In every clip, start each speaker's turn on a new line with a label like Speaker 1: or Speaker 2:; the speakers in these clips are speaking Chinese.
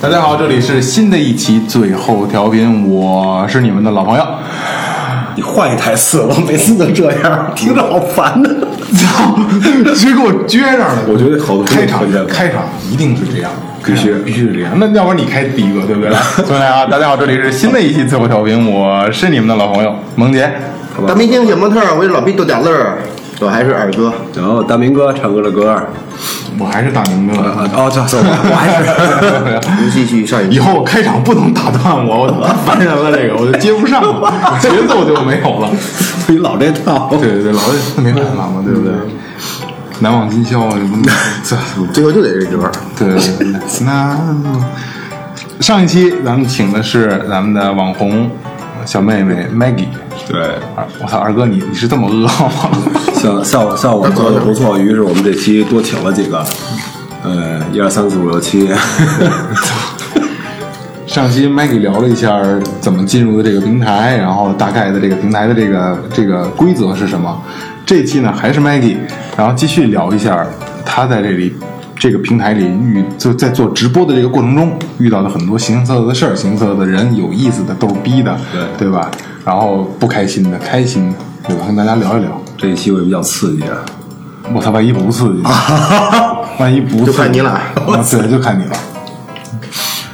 Speaker 1: 大家好，这里是新的一期最后调频，我是你们的老 朋友。
Speaker 2: 你换一台词，我每次都这样，听着好烦的。
Speaker 1: 操，直接给我撅上了。
Speaker 2: 我觉得好多
Speaker 1: 开场
Speaker 2: 很简单
Speaker 1: 开场一定是这样，
Speaker 2: 必须
Speaker 1: 开场必须是这样。那要不然你开第一个，对不对？所以啊，大家好，这里是新的一期最后调频，我是你们的老朋友萌杰。
Speaker 3: 大明星小模特儿，我是老逼豆点乐儿，我还是二哥。
Speaker 2: 然后大明哥唱歌的歌，
Speaker 1: 我还是大明哥。
Speaker 2: 啊哦，这是我我还是
Speaker 3: 您继续上 一
Speaker 1: 以后开场不能打断我，我太烦人了，这个我就接不上 了，节奏就没有了。
Speaker 2: 你老这套。
Speaker 1: 对对对，老是没办法嘛，对不对？难忘今宵啊，这不能这
Speaker 3: 最后就得这歌。
Speaker 1: 对对对，那上一期咱们请的是咱们的网红小妹妹 Maggie。
Speaker 2: 对，
Speaker 1: 二我操，二哥你你是这么饿吗？
Speaker 2: 效效效果做的不错，于是我们这期多请了几个，呃，一二三四五六七，
Speaker 1: 上期 Maggie 聊了一下怎么进入的这个平台，然后大概的这个平台的这个这个规则是什么。这期呢还是 Maggie，然后继续聊一下她在这里这个平台里遇就在做直播的这个过程中遇到的很多形形色色的事儿、形形色色的人、有意思的、逗逼的，
Speaker 2: 对
Speaker 1: 对吧？然后不开心的、开心的，对吧？跟大家聊一聊。
Speaker 2: 这一期会比较刺激啊。
Speaker 1: 我操，万一不刺激，万一不刺激
Speaker 3: 就看你了
Speaker 1: 啊对，就看你了。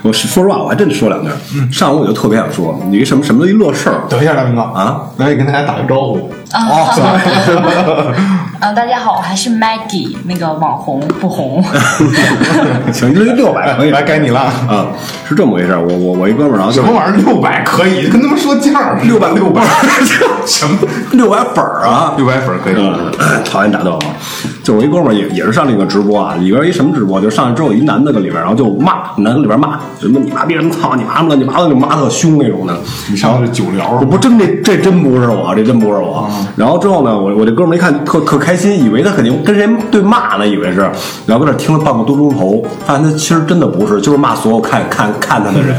Speaker 2: 我是说实话，我还真说两句。上午我就特别想说，你一什么什么一乐事儿，
Speaker 1: 等一下，大明哥
Speaker 2: 啊，
Speaker 1: 来跟大家打个招呼。
Speaker 4: 啊
Speaker 1: 哦，
Speaker 4: 啊，大家好，我还是 Maggie，那个网红不红。
Speaker 2: 行，一人六百可以
Speaker 1: 哎来该你了。
Speaker 2: 啊，是这么回事儿。我我我一哥们儿，然后
Speaker 1: 什
Speaker 2: 就
Speaker 1: 么玩意儿六百可以？跟他们说价儿，六百六百什么
Speaker 2: 六百粉儿啊，
Speaker 1: 六百粉儿可以？
Speaker 2: 嗯，讨厌打斗啊！就我一哥们儿也也是上那个直播啊，里边一什么直播，就上去之后一男的搁里边，然后就骂，男的搁里边骂什么你妈逼什么操你妈了你妈了就骂特凶那种的。
Speaker 1: 你上的是九
Speaker 2: 我
Speaker 1: 聊，
Speaker 2: 不真这这真不是我，这真不是我。然后之后呢，我我这哥们儿一看特特开心，以为他肯定跟谁对骂呢，以为是，然后搁那听了半个多钟头，发现他其实真的不是，就是骂所有看看看他的人，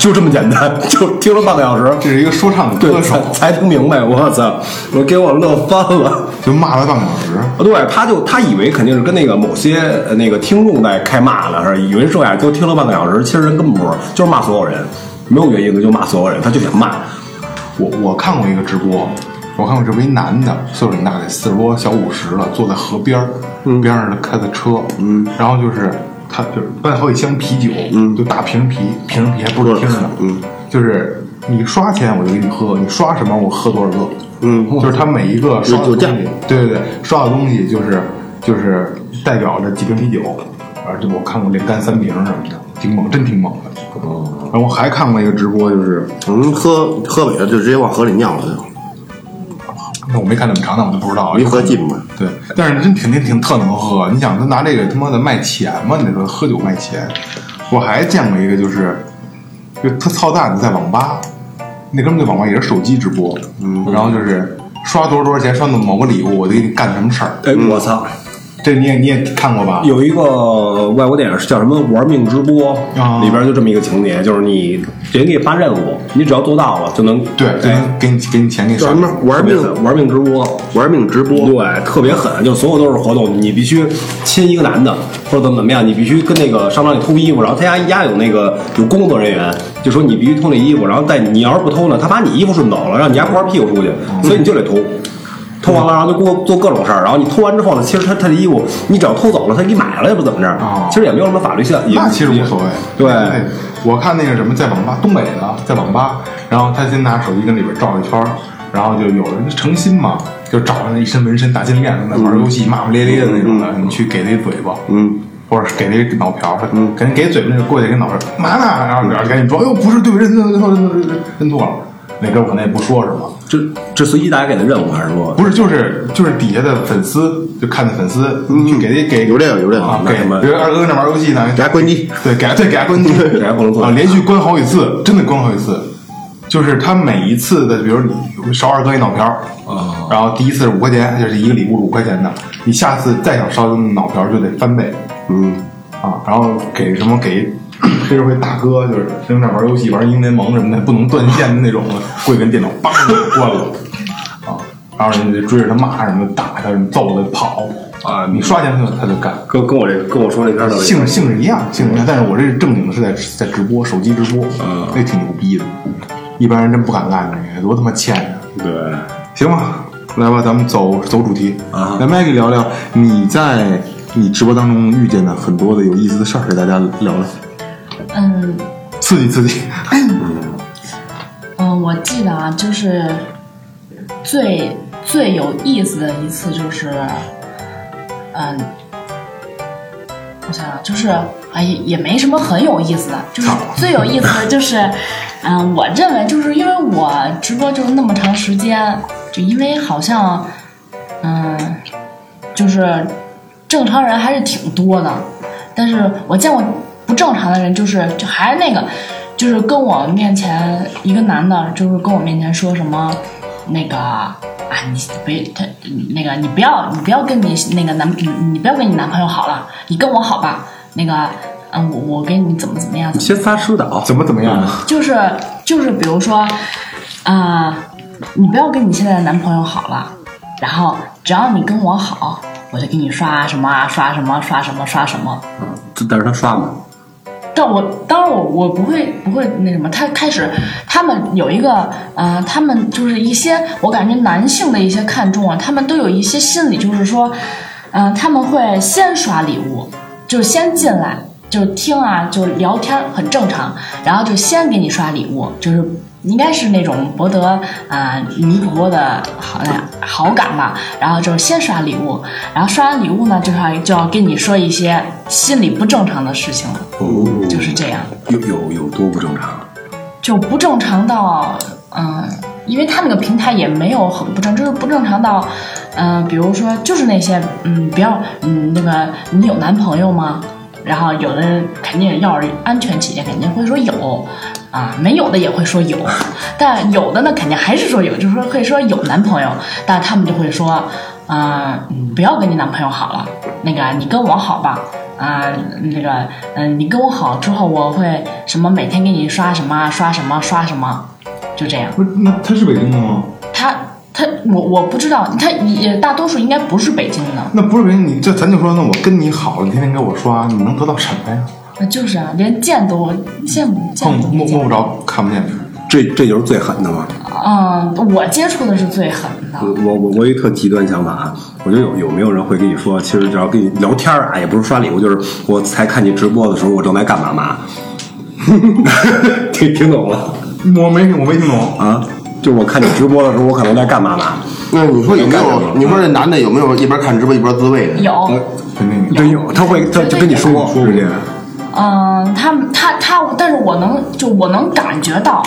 Speaker 2: 就这么简单，就听了半个小时，
Speaker 1: 这是一个说唱的
Speaker 2: 对
Speaker 1: 歌
Speaker 2: 才
Speaker 1: 手，
Speaker 2: 才听明白，我操，我给我乐翻了。哦
Speaker 1: 就骂了半个小时。
Speaker 2: 对，他就他以为肯定是跟那个某些呃那个听众在开骂呢，是吧以为这样，就听了半个小时，其实人根本不是，就是骂所有人，没有原因的就骂所有人，他就想骂。
Speaker 1: 我我看过一个直播，我看过直播一男的，岁数挺大的，四十多小五十了，坐在河边儿，边上开的车，嗯，然后就是他就是搬好几箱啤酒，嗯，就大瓶啤，瓶啤还不是听的，嗯，就是你刷钱我就给你喝，你刷什么我喝多少个，嗯，就是他每一个刷的东
Speaker 3: 有有价
Speaker 1: 西，对对对，刷的东西就是就是代表着几瓶啤酒，而且我看过连干三瓶什么的，挺猛，真挺猛的。然后我还看过一个直播，就是
Speaker 3: 我们喝喝尾了，就直接往河里尿了就。
Speaker 1: 那我没看那么长，那我就不知道。
Speaker 3: 离合近嘛，
Speaker 1: 对，但是真挺挺挺特能喝。你想，他拿这个他妈的卖钱嘛？你说喝酒卖钱？我还见过一个，就是就特操蛋的，在网吧，那哥们儿在网吧也是手机直播，嗯，然后就是刷多少多少钱，刷到某个礼物，我就给你干什么事儿。
Speaker 2: 哎，我操！
Speaker 1: 这你也你也看过吧？
Speaker 2: 有一个外国电影是叫什么《玩命直播》，
Speaker 1: 啊
Speaker 2: 里边就这么一个情节，就是你人给你发任务，你只要做到了就能
Speaker 1: 对，就
Speaker 2: 哎
Speaker 1: 能给你给你钱给你
Speaker 3: 叫
Speaker 1: 刷
Speaker 3: 什。么玩
Speaker 2: 玩
Speaker 3: 命
Speaker 2: 命玩命直播。
Speaker 3: 玩命直播？
Speaker 2: 对，特别狠，就所有都是活动，你必须亲一个男的，或者怎么怎么样，你必须跟那个商场里偷衣服，然后他家一家有那个有工作人员，就说你必须偷那衣服，然后但你要是不偷呢，他把你衣服顺走了，让你家光着屁股出去，
Speaker 1: 嗯
Speaker 2: 所以你就得偷。偷完了，然后就过做各种事儿，然后你偷完之后呢，其实他他的衣服你只要偷走了，他给你买了也不怎么着，
Speaker 1: 哦
Speaker 2: 其实也没有什么法律效，也
Speaker 1: 那其实无所谓。
Speaker 2: 对，
Speaker 1: 哎我看那个什么，在网吧，东北的，在网吧，然后他先拿手机跟里边照一圈儿，然后就有人诚心嘛，就找着那一身纹身、大金链子，在玩游戏，骂骂咧咧的那种的，你去给他一嘴巴，嗯，或者是给他一脑瓢，嗯，给人给嘴巴那个过去给脑瓢，嘛呢？然后赶紧说，哎呦，不是，对不起，认错，认错，认错，认错了。那哥们儿可能也不说什么，
Speaker 2: 这这随机大家给的任务还是说
Speaker 1: 不是，就是就是底下的粉丝就看着粉丝，去给给
Speaker 3: 有这个有这个
Speaker 1: 啊，
Speaker 2: 那
Speaker 1: 给
Speaker 2: 他妈
Speaker 1: 比如二哥那玩游戏呢，
Speaker 3: 给他关机。
Speaker 1: 对，给他对给他关机， 给
Speaker 2: 他不能做
Speaker 1: 啊，连续关好几次，真的关好几次。就是他每一次的，比如你烧二哥一脑瓢，啊，然后第一次是五块钱，就是一个礼物是五块钱的，你下次再想烧脑瓢就得翻倍，嗯，啊，然后给什么给 黑社会大哥，就是跟那玩游戏玩英雄联盟什么的，不能断线的那种，会跟电脑梆就关了，啊，然后人家就追着他骂什么的，打他什么揍他跑啊，你刷钱他就他就干。
Speaker 2: 跟跟我这跟我说那边的
Speaker 1: 性质性质一样，性质一样，但是我这是正经的是在在直播，手机直播，
Speaker 2: 嗯
Speaker 1: 那挺牛逼的，一般人真不敢干这个，多他妈欠呀、
Speaker 2: 对，
Speaker 1: 行吧，来吧，咱们走走主题
Speaker 2: 啊
Speaker 1: 来 Maggie 聊聊你在你直播当中遇见的很多的有意思的事儿，给大家聊聊，
Speaker 4: 嗯
Speaker 1: 刺激刺激。
Speaker 4: 嗯，我记得啊，就是最最有意思的一次就是，嗯，我想想，就是哎也也没什么很有意思的，就是
Speaker 1: 操
Speaker 4: 最有意思的就是， 嗯，我认为就是因为我直播就是那么长时间，就因为好像，嗯，就是正常人还是挺多的，但是我见过不正常的人，就是就还是那个，就是跟我面前一个男的，就是跟我面前说什么那个啊，你别他那个你不要你不要跟你那个男你你不要跟你男朋友好了，你跟我好吧，那个嗯我我给你怎么怎么样怎么样
Speaker 2: 先发疏导，
Speaker 1: 怎么怎么样？啊
Speaker 2: 嗯
Speaker 4: 就是就是，比如说，啊、你不要跟你现在的男朋友好了，然后只要你跟我好，我就给你刷什么啊，刷什么刷什么刷什么。
Speaker 2: 但是他刷嘛，
Speaker 4: 但我当然我我不会不会那什么，他开始他们有一个呃，他们就是一些我感觉男性的一些看重啊，他们都有一些心理，就是说，嗯、他们会先刷礼物，就是先进来，就是听啊，就是聊天很正常，然后就先给你刷礼物，就是。应该是那种博得啊、呃女主播的好好感吧，然后就是先刷礼物，然后刷完礼物呢，就要就要跟你说一些心理不正常的事情了。
Speaker 2: 哦
Speaker 4: 就是这样，
Speaker 2: 有有有多不正常？啊
Speaker 4: 就不正常到，嗯、因为他那个平台也没有很不正，就是不正常到，嗯、比如说就是那些，嗯，不要，嗯，那个你有男朋友吗？然后有的人肯定要是安全起见，肯定会说有，啊，没有的也会说有，但有的呢肯定还是说有，就是说会说有男朋友，但他们就会说，啊、嗯，不要跟你男朋友好了，那个你跟我好吧，啊、那个，嗯、你跟我好之后，我会什么每天给你刷什么刷什么刷什么，就这样。
Speaker 1: 不是，那他是北京的吗？
Speaker 4: 他他我我不知道，他也大多数应该不是北京的，
Speaker 1: 那不是北京，你这咱就说，那我跟你好了，你天天给我刷，你能得到什么呀？
Speaker 4: 那就是啊，连见都见不见
Speaker 1: 碰
Speaker 4: 都没
Speaker 1: 摸
Speaker 4: 见
Speaker 1: 摸。不着，看不见。
Speaker 2: 这这就是最狠的吗？
Speaker 4: 嗯，我接触的是最狠的，
Speaker 2: 我我我我有一特极端想法啊，我觉得有有没有人会跟你说，其实只要跟你聊天儿啊，也不是刷礼物，就是我才看你直播的时候，我正在干嘛 嘛，听听懂了
Speaker 1: 我没我没听懂，
Speaker 2: 啊？就是我看你直播的时候，我可能在干嘛嘛？
Speaker 3: 那你说有没
Speaker 2: 有干什么？
Speaker 3: 有你说这男的有没有一边看直播一边自慰的？
Speaker 4: 有。
Speaker 1: 肯定有。
Speaker 2: 真有，他会他就跟你说，
Speaker 1: 说不见，
Speaker 4: 嗯，他他他，但是我能就我能感觉到，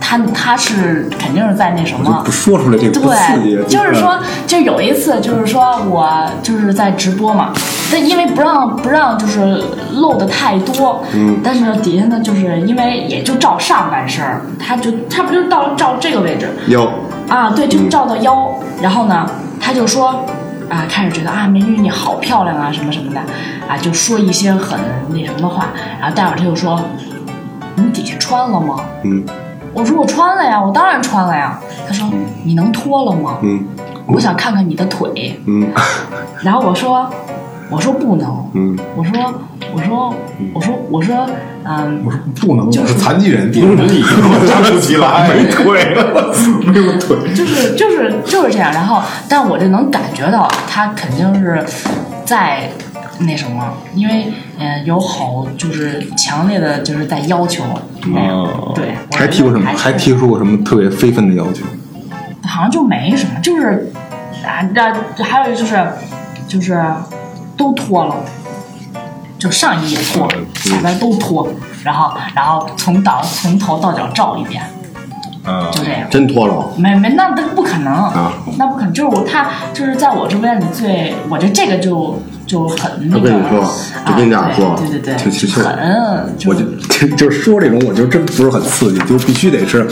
Speaker 4: 他他是肯定是在那什
Speaker 2: 就
Speaker 4: 么
Speaker 2: 不。说出来这个不刺激
Speaker 4: 哦对，，就是说，就有一次，就是说我就是在直播嘛，但因为不让不让就是露的太多，嗯，但是底下呢，就是因为也就照上半身儿，他就他不就到照这个位置，
Speaker 3: 有，
Speaker 4: 啊，对，
Speaker 2: 嗯
Speaker 4: 就照到腰。然后呢，他就说，啊，开始觉得啊，美女你好漂亮啊，什么什么的，啊，就说一些很那什么的话。然后待会儿他就说，你底下穿了吗？
Speaker 2: 嗯
Speaker 4: 我说我穿了呀，我当然穿了呀。他说，你能脱了吗？
Speaker 2: 嗯
Speaker 4: 我想看看你的腿。
Speaker 2: 嗯
Speaker 4: 然后我说，我说不能。
Speaker 2: 嗯，
Speaker 4: 我说，我说，我说，我说，嗯，
Speaker 1: 我说不能，
Speaker 4: 就
Speaker 1: 我
Speaker 4: 是
Speaker 1: 是残疾人， 我站不起来，没腿，没有腿。
Speaker 4: 就是就是就是这样。然后，但我就能感觉到他肯定是在那什么，因为嗯、呃有好就是强烈的就是在要求那样。对，我
Speaker 1: 啊还提过什么？
Speaker 4: 觉得
Speaker 1: 还提出过什么特别非分的要求？
Speaker 4: 好像就没什么，就是啊，这还有就是就是都脱了。就上衣也脱，下边都脱，然后然后从到从头到脚照一遍，
Speaker 1: 啊
Speaker 4: 就这样。
Speaker 3: 真脱了。
Speaker 4: 没没，那那不可能，
Speaker 1: 啊
Speaker 4: 那不可能。就是我他就是在我直播间里最，我觉得这个就就很那
Speaker 3: 我
Speaker 4: 个。
Speaker 3: 跟你说
Speaker 4: 啊
Speaker 3: 我跟你这样说
Speaker 4: 对对对
Speaker 2: 就
Speaker 4: 对，
Speaker 2: 就就
Speaker 4: 很就
Speaker 2: 我就 就是说这种，我就真不是很刺激，就必须得是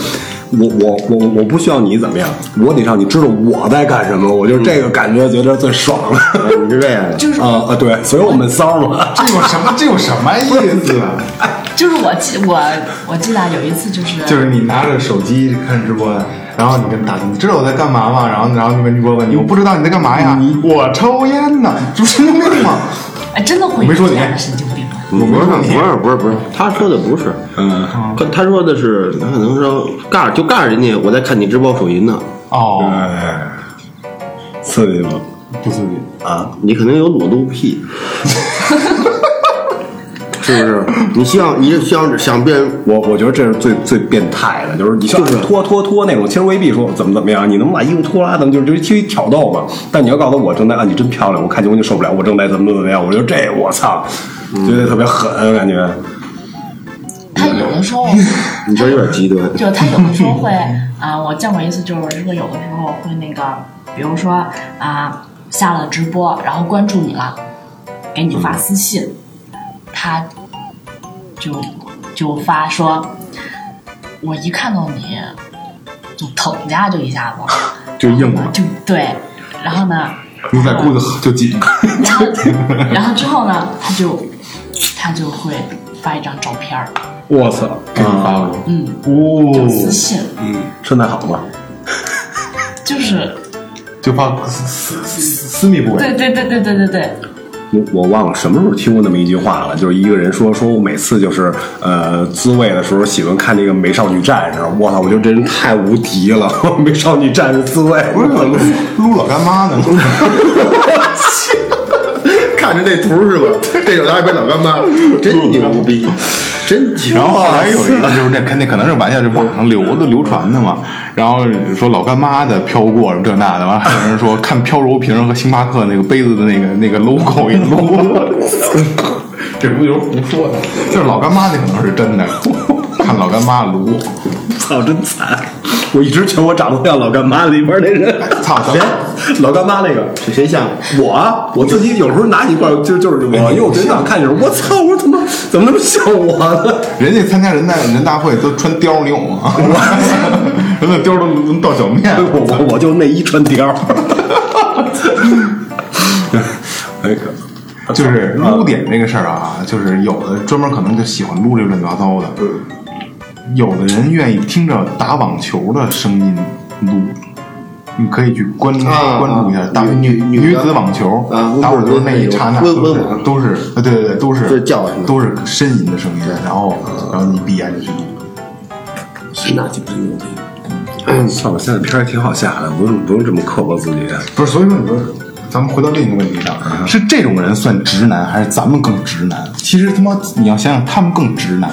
Speaker 2: 我我我我不需要你怎么样，我得让你知道我在干什么，我就这个感觉觉得最爽了。
Speaker 3: 你嗯是这样 的，
Speaker 4: 就是
Speaker 2: 啊啊，对，所以我们骚 嘛，
Speaker 1: 这有什么？这有什么意思？啊？
Speaker 4: 就是我记我我记得有一次就是
Speaker 1: 就是你拿着手机看直播，然然后你跟打听，你知道我在干嘛吗？然后然后你问你我问你，我不知道你在干嘛呀？我抽烟呢，这不神经病吗？
Speaker 4: 哎，真的会
Speaker 1: 没说你
Speaker 4: 这样的神经病。
Speaker 1: 我没有
Speaker 3: 不是不是不是，他说的不是，
Speaker 2: 嗯，
Speaker 3: 他他说的是，他可能说告诉就告诉人家我在看你直播手淫呢，
Speaker 1: 哦，
Speaker 2: 哎，刺激吗？
Speaker 1: 不刺激，
Speaker 3: 啊，你可能有裸露癖， 是不是？你希望你想想变
Speaker 2: 我我觉得这是最最变态的，就是你像
Speaker 3: 就是
Speaker 2: 脱脱脱那种，其实未必说怎么怎么样，你能把衣服脱啦，怎么就是就是去挑逗嘛。但你要告诉我正在啊，你真漂亮，我看见我就受不了，我正在怎么怎么样，我觉得这我操，
Speaker 3: 嗯
Speaker 2: 觉得特别狠，感觉
Speaker 4: 他有的时候，
Speaker 3: 你这有点极端，
Speaker 4: 就他有的时候会啊，我见过一次，就是说有的时候会那个，比如说啊，下了直播，然后关注你了，给你发私信，他就就发说，我一看到你就疼呀，就一下子，
Speaker 1: 就硬了，
Speaker 4: 就对，然后呢，
Speaker 1: 牛仔裤就就紧，
Speaker 4: 然后然后之后呢，他就他就会发一张照片儿，
Speaker 2: 我操，
Speaker 1: 给你发过去，
Speaker 4: 嗯，就私
Speaker 1: 哦，
Speaker 4: 信，
Speaker 2: 身材好吗？
Speaker 4: 就是。
Speaker 1: 就发私私私私密部位，
Speaker 4: 对对对对对对对，
Speaker 2: 我我忘了什么时候听过那么一句话了，就是一个人说说我每次就是呃自慰的时候喜欢看那个《美少女战士》，我操，我觉得这人太无敌了， 《美少女战士》自慰，
Speaker 1: 不是撸撸老干妈呢？
Speaker 3: 看着这图是吧？这有大一杯老干妈， 真牛逼，真牛。
Speaker 1: 然后后来有一个就是那肯定可能是玩笑，就网上流的流传的嘛。然后说老干妈的飘过什么这那的，完了还有人说看飘柔瓶和星巴克那个杯子的那个 那个 logo 也 logo，这不就是胡说的？就是老干妈那可能是真的， 看老干妈撸，
Speaker 2: 操，真惨！我一直觉得我长得像老干妈里边那人，
Speaker 1: 操咱
Speaker 2: 谁
Speaker 1: 们？
Speaker 2: 老干妈那个
Speaker 3: 谁谁像？
Speaker 2: 我啊，我自己有时候拿一罐，就就是我因为我对象看见时候，我操，我他妈怎么那么像我呢？
Speaker 1: 人家参加人大人大会都穿貂，你有吗？啊 人那貂都能到脚面了。
Speaker 2: 哎我我我就内衣穿貂 儿，那个。
Speaker 1: 就是撸点这个事儿啊，就是有的专门可能就喜欢撸这乱七八糟的，有的人愿意听着打网球的声音撸，你可以去关注、
Speaker 3: 啊
Speaker 1: 关注一下
Speaker 3: 啊
Speaker 1: 打
Speaker 3: 女女
Speaker 1: 女
Speaker 3: 的
Speaker 1: 子网球，
Speaker 3: 啊
Speaker 1: 打网球那一刹那都
Speaker 3: 温
Speaker 1: 是
Speaker 3: 温网
Speaker 1: 都是啊对对对都是
Speaker 3: 就是叫什么
Speaker 1: 都是呻吟的声音，然后然后你闭眼就去撸。
Speaker 2: 是那几分牛逼。哎算了，现在片儿挺好下的，不用不用这么刻薄自己。啊
Speaker 1: 不是，所以说你说，咱们回到另一个问题上，是这种人算直男，还是咱们更直男？其实他妈，你要想想，他们更直男。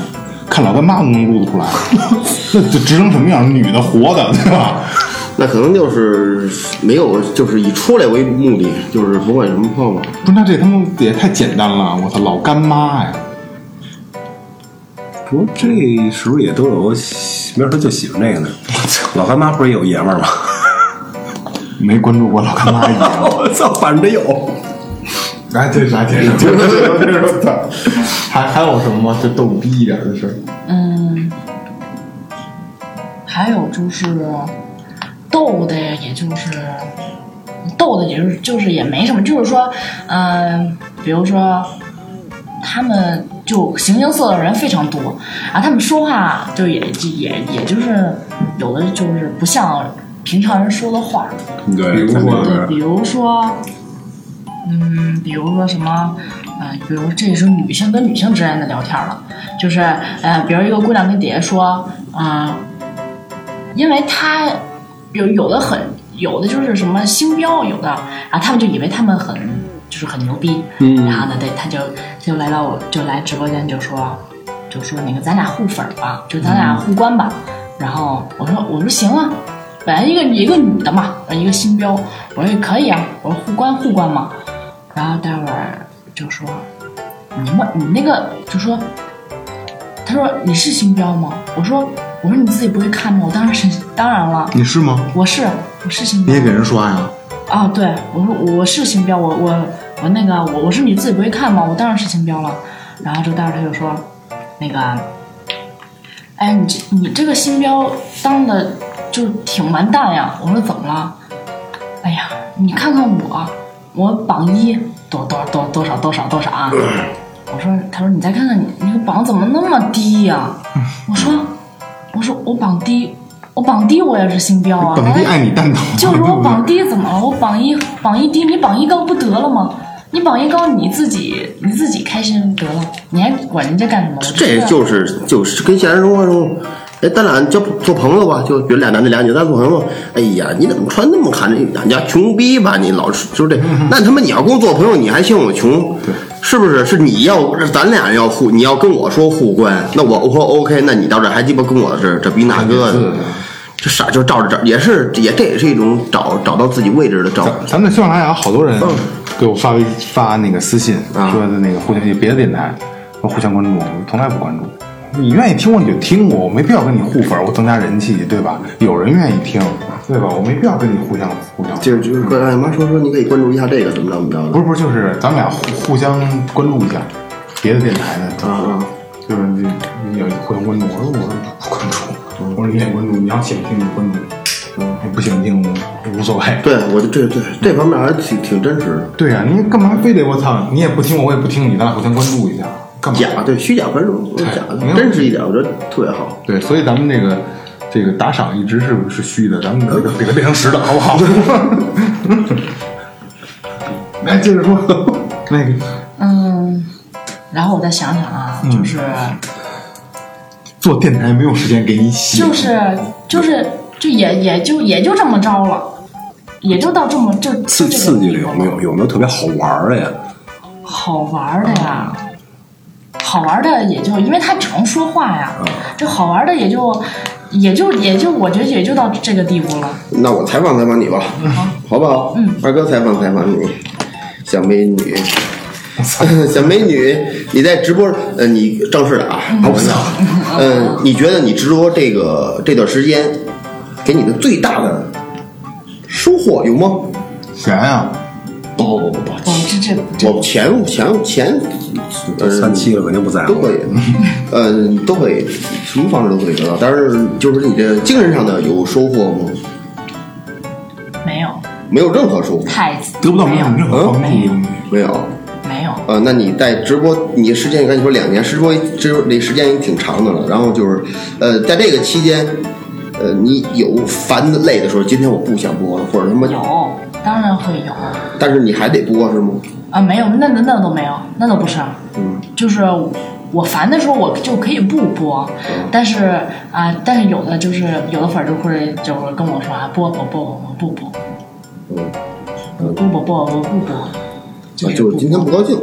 Speaker 1: 看老干妈都能撸得出来， 那就直成什么样？女的活的， 对吧？
Speaker 3: 那可能就是没有，就是以出来为目的，就是不管什么泡泡。
Speaker 1: 不是，那这他妈也太简单了！我操，老干妈呀！
Speaker 2: 不过这时候也都有，没准他就喜欢 这个呢。老干妈不是也有爷们儿吗？
Speaker 1: 没关注过老干妈一样。
Speaker 2: 我操，反正得有。
Speaker 1: 哎，对，啥解释？对对对对对对还还有什么吗？就逗逼一点的事儿。
Speaker 4: 嗯，还有就是逗的，也就是逗的，也就是就是也没什么，就是说，嗯、比如说他们就形形色色的人非常多，然后他们说话就也就也也就是有的就是不像平常人说的话，
Speaker 2: 对，
Speaker 1: 比如说
Speaker 4: 对，比如说，嗯，比如说什么，呃，比如这是女性跟女性之间的聊天了，就是呃，比如一个姑娘跟姐姐说，啊、因为她有有的很，有的就是什么星标，有的，然后他们就以为他们很就是很牛逼，嗯，然后呢，对，他就就来到我就来直播间就说，就说那个咱俩互粉儿吧，就咱俩互关吧，然后我说我说行啊，本来一个一个女的嘛，一个新标，我说也可以啊，我说互关互关嘛，然后待会儿就说你们你那个就说，他说你是新标吗？我说我说你自己不会看吗？我当然是当然了，
Speaker 1: 你是吗？
Speaker 4: 我是我是新
Speaker 1: 你
Speaker 4: 标
Speaker 1: 也给人刷呀？
Speaker 4: 啊，对我说我是新标，我我我那个我我是你自己不会看吗？我当然是新标了，然后就待会儿他就说那个。哎，你这你这个新标当的就挺完蛋呀！我说怎么了？哎呀，你看看我，我榜一多多多多少多少多少啊！我说，他说你再看看你，你这个榜怎么那么低呀、我说，我说我榜低，我榜低我也是星标啊，
Speaker 1: 本地爱你蛋疼，
Speaker 4: 就是
Speaker 1: 对
Speaker 4: 我
Speaker 1: 不对
Speaker 4: 榜低怎么 了？我榜一榜一低，你榜一高不得了吗？你榜一高你自己你自己开心得了，你还管人家干什么？我
Speaker 3: 这
Speaker 4: 觉得
Speaker 3: 就是就是跟现实生活中，哎，咱俩交做朋友吧，就比如俩男的俩女的，咱做朋友。哎呀，你怎么穿那么看着？你家穷逼吧？你老是就是这，那他妈你要跟我做朋友，你还嫌我穷？
Speaker 1: 对
Speaker 3: 是不是？是你要咱俩要互，你要跟我说互关，那我说 OK，那你到这还鸡巴跟我这这逼那个
Speaker 1: 是
Speaker 3: 的，这傻就照着找，也是也这也是一种找找到自己位置的找。
Speaker 1: 咱咱们喜马拉雅好多人给我发微发那个私信，
Speaker 3: 嗯啊
Speaker 1: 说的那个互相别的电台，我互相关注，我从来不关注。你愿意听我你就听我，我没必要跟你互粉，我增加人气，对吧？有人愿意听，对吧？我没必要跟你互相互相。
Speaker 3: 就是就是跟俺妈说说，你可以关注一下这个怎么着怎么着的
Speaker 1: 不。是不是，就是咱们俩互互相关注一下别的电台的，
Speaker 3: 啊啊
Speaker 1: 就是你你有互相关注，我说我不关注，
Speaker 3: 嗯
Speaker 1: 我说你也关注，你要喜欢听你关注，你不喜欢听我无所谓。
Speaker 3: 对，我就这这这方面还是挺挺真实的。
Speaker 1: 对呀、你干嘛非得我操？你也不听我，我也不听你，咱俩互相关注一下，干嘛？
Speaker 3: 假对虚假繁荣，
Speaker 1: 哎
Speaker 3: 假的
Speaker 1: 没有
Speaker 3: 真实一点，我觉得特别好。
Speaker 1: 对，所以咱们这个这个打赏一直是是虚的，咱们给它给它变成实的，好不 好？来，哎接着说 那个，
Speaker 4: 嗯，然后我再想想啊，
Speaker 2: 嗯
Speaker 4: 就是
Speaker 1: 做电台没有时间给你写，
Speaker 4: 就是就是就也也就也就这么着了，也就到这么就
Speaker 2: 刺
Speaker 4: 就这个
Speaker 2: 刺激了有没有？有没有特别好玩的呀？
Speaker 4: 好玩儿的呀，
Speaker 2: 嗯
Speaker 4: 好玩儿的也就因为他常说话呀，
Speaker 2: 嗯
Speaker 4: 这好玩儿的也就也就也就我觉得也就到这个地步了。
Speaker 3: 那我采访采访你吧，好不好？
Speaker 4: 嗯，
Speaker 3: 二哥采访采访你，小美女，小美女，你在直播，呃，你正式的啊，我操，嗯，你觉得你直播这个这段时间，给你的最大的收获有吗？
Speaker 1: 钱啊呀、
Speaker 3: 不不不
Speaker 4: 我们这这
Speaker 3: 不，我前前前，呃，
Speaker 2: 三期了肯定不在
Speaker 3: 都
Speaker 2: 乎
Speaker 3: 可。以，呃，都可以，什么方式都可以得到。但是就是你这精神上的有收获吗？
Speaker 4: 没有
Speaker 3: 没有任何收获，
Speaker 4: 太
Speaker 1: 得不到嗯
Speaker 4: 没有
Speaker 1: 任何帮助的东西。
Speaker 3: 没有。
Speaker 4: 没有，
Speaker 3: 呃，那你在直播，你时间刚才你说两年，直播直播那时间也挺长的了。然后就是，呃，在这个期间，呃，你有烦的累的时候，今天我不想播了，或者他妈，
Speaker 4: 有当然会有
Speaker 3: 但是你还得播是吗？
Speaker 4: 啊，没有那那那都没有，那都不是，
Speaker 3: 嗯，
Speaker 4: 就是。我烦的时候，我就可以不播，
Speaker 3: 嗯
Speaker 4: 但是啊、但是有的就是有的粉儿就会就是跟我说啊，播播播播不播，
Speaker 3: 嗯，
Speaker 4: 不播播播不播，
Speaker 3: 啊
Speaker 4: 是
Speaker 3: 就是
Speaker 4: 不
Speaker 3: 今天
Speaker 4: 播
Speaker 3: 不高兴，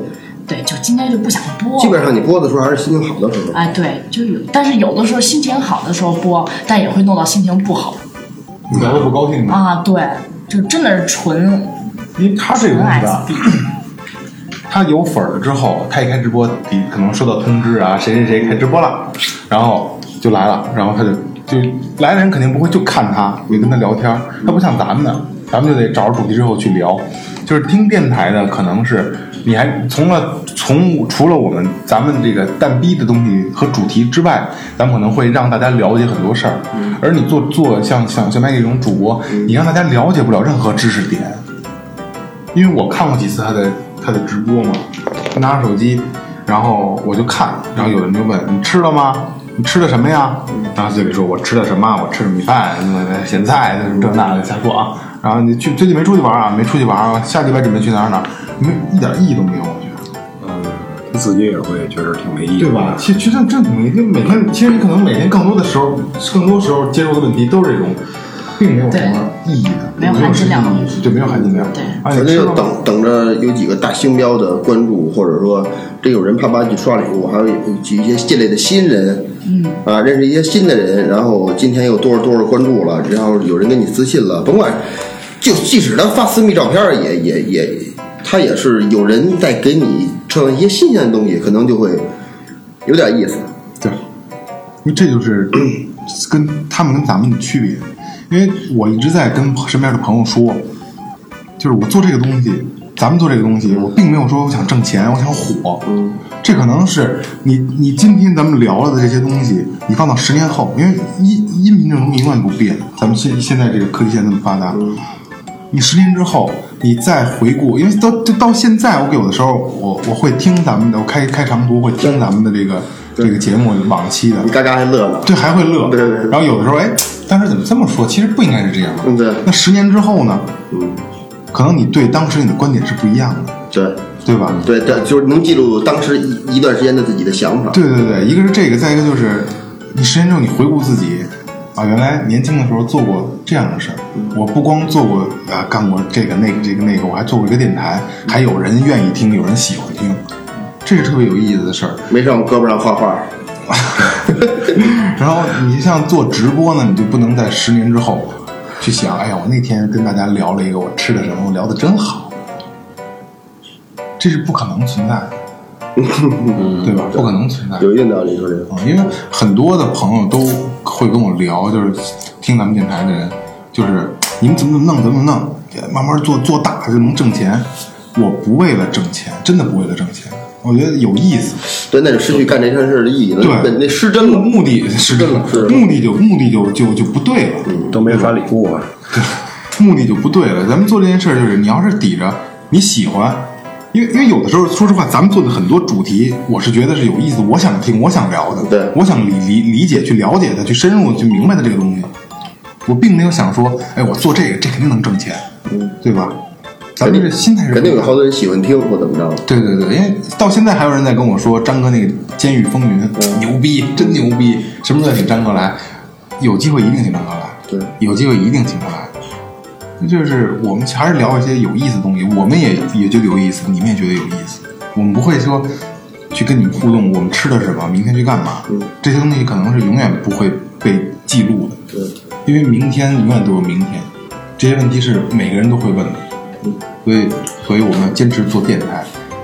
Speaker 4: 对，就今天就不想播。
Speaker 3: 基本上你播的时候还是心情好的时候。
Speaker 4: 哎，对，就有，但是有的时候心情好的时候播，但也会弄到心情不好
Speaker 1: 你聊的不高兴
Speaker 3: 嗯
Speaker 1: 吗？
Speaker 4: 啊。对，就真的是纯
Speaker 1: 因为他这个
Speaker 4: 纯
Speaker 1: 东西吧
Speaker 4: SD，，
Speaker 1: 他有粉儿了之后，他一开直播，你可能收到通知啊，谁谁谁开直播了，然后就来了，然后他就就来的人肯定不会就看他，也跟他聊天儿，他不像咱们的，咱们就得找着主题之后去聊。就是听电台呢，可能是你还从了从除了我们咱们这个蛋逼的东西和主题之外，咱们可能会让大家了解很多事儿。而你做做像像像麦这种主播，你让大家了解不了任何知识点。因为我看过几次他的他的直播嘛，他拿着手机，然后我就看，然后有人就问你吃了吗？你吃的什么呀？然后嘴里说我吃的什么啊？我吃的米饭、什么咸菜，什么这那的瞎说啊。然后你去最近没出去玩啊？没出去玩啊？下礼拜准备去哪儿哪儿？没一点意义都没有，我觉得，
Speaker 2: 嗯，自己也会觉得挺没意思，
Speaker 1: 对吧？？其实其实这每天每天，其实你可能每天更多的时候，更多时候接触的问题都是这种，并没有什么意义的，
Speaker 4: 对没有含金量
Speaker 1: 没有什么意义对，没有含金量。
Speaker 4: 对
Speaker 1: 而且
Speaker 3: 反正
Speaker 1: 吃
Speaker 3: 就
Speaker 1: 了吗
Speaker 3: 等等着有几个大星标的关注，或者说这有人啪啪去刷礼物，还有举一些进来的新人，嗯，啊，认识一些新的人，然后今天有多少多少关注了，然后有人跟你私信了，甭管，就即使他发私密照片儿也也也，他也是有人在给你创一些新鲜的东西，可能就会有点意思。
Speaker 1: 对，因为这就是 跟他们跟咱们的区别。因为我一直在跟身边的朋友说，就是我做这个东西，咱们做这个东西，我并没有说我想挣钱，我想火。
Speaker 3: 嗯，
Speaker 1: 这可能是你你今天咱们聊了的这些东西，你放到十年后，因为音音频这种东西永远不变。咱们现现在这个科技现在这么发达，你十年之后，你再回顾，因为到就到现在，我有的时候我我会听咱们的，我开开长途会听咱们的这个这个节目往期的，
Speaker 3: 你嘎嘎还乐呢，
Speaker 1: 对，还会乐。
Speaker 3: 对对对
Speaker 1: 然后有的时候，哎，当时怎么这么说？其实不应该是这样的。
Speaker 3: 嗯对
Speaker 1: 那十年之后呢？
Speaker 3: 嗯，
Speaker 1: 可能你对当时你的观点是不一样的，
Speaker 3: 对
Speaker 1: 对吧？
Speaker 3: 对对，就是能记录当时一一段时间的自己的想法。
Speaker 1: 对对对，一个是这个，再一个就是你十年之后你回顾自己啊，原来年轻的时候做过这样的事儿。
Speaker 3: 嗯
Speaker 1: 我不光做过啊，干过这个那个这个那个，我还做过一个电台，还有人愿意听，有人喜欢听，这是特别有意思的事儿。
Speaker 3: 没上胳膊上画画，
Speaker 1: 然后你像做直播呢，你就不能在十年之后去想，哎呀，我那天跟大家聊了一个我吃的什么，我聊的真好，这是不可能存在的，嗯对吧？不可能存在的。
Speaker 3: 有一定道理，你说这个。
Speaker 1: 啊，因为很多的朋友都会跟我聊，就是听咱们电台的人，就是你们怎么怎么弄，怎么怎么弄，慢慢做做大就能挣钱。我不为了挣钱，真的不为了挣钱，我觉得有意思。
Speaker 3: 对，那就失去干这件事儿的意义了。
Speaker 1: 对嗯
Speaker 3: 那那失真了。
Speaker 1: 目的是真的
Speaker 3: 是，
Speaker 1: 目的就目的就就就不对了，
Speaker 2: 都没发礼物啊。
Speaker 1: 目的就不对了。咱们做这件事儿，就是你要是抵着你喜欢，因为因为有的时候，说实话，咱们做的很多主题，我是觉得是有意思，我想听，我想聊的，
Speaker 3: 对
Speaker 1: 我想理理理解、去了解它，去深入、去明白它这个东西。我并没有想说，哎，我做这个，这肯定能挣钱，对吧？咱们这心态是
Speaker 3: 嗯肯定
Speaker 1: 不一
Speaker 3: 有
Speaker 1: 样的
Speaker 3: 好多人喜欢听或怎么着。
Speaker 1: 对对对，因为到现在还有人在跟我说张哥那个《监狱风云》牛逼，真牛逼，什么时候请张哥来？有机会一定请张哥来，
Speaker 3: 对，
Speaker 1: 有机会一定请他来。就是我们还是聊一些有意思的东西，我们也也觉得有意思，你们也觉得有意思。我们不会说去跟你们互动，我们吃的什么，明天去干嘛，这些东西可能是永远不会被记录的。
Speaker 3: 对，
Speaker 1: 因为明天永远都有明天，这些问题是每个人都会问的，所以，所以我们坚持做电台，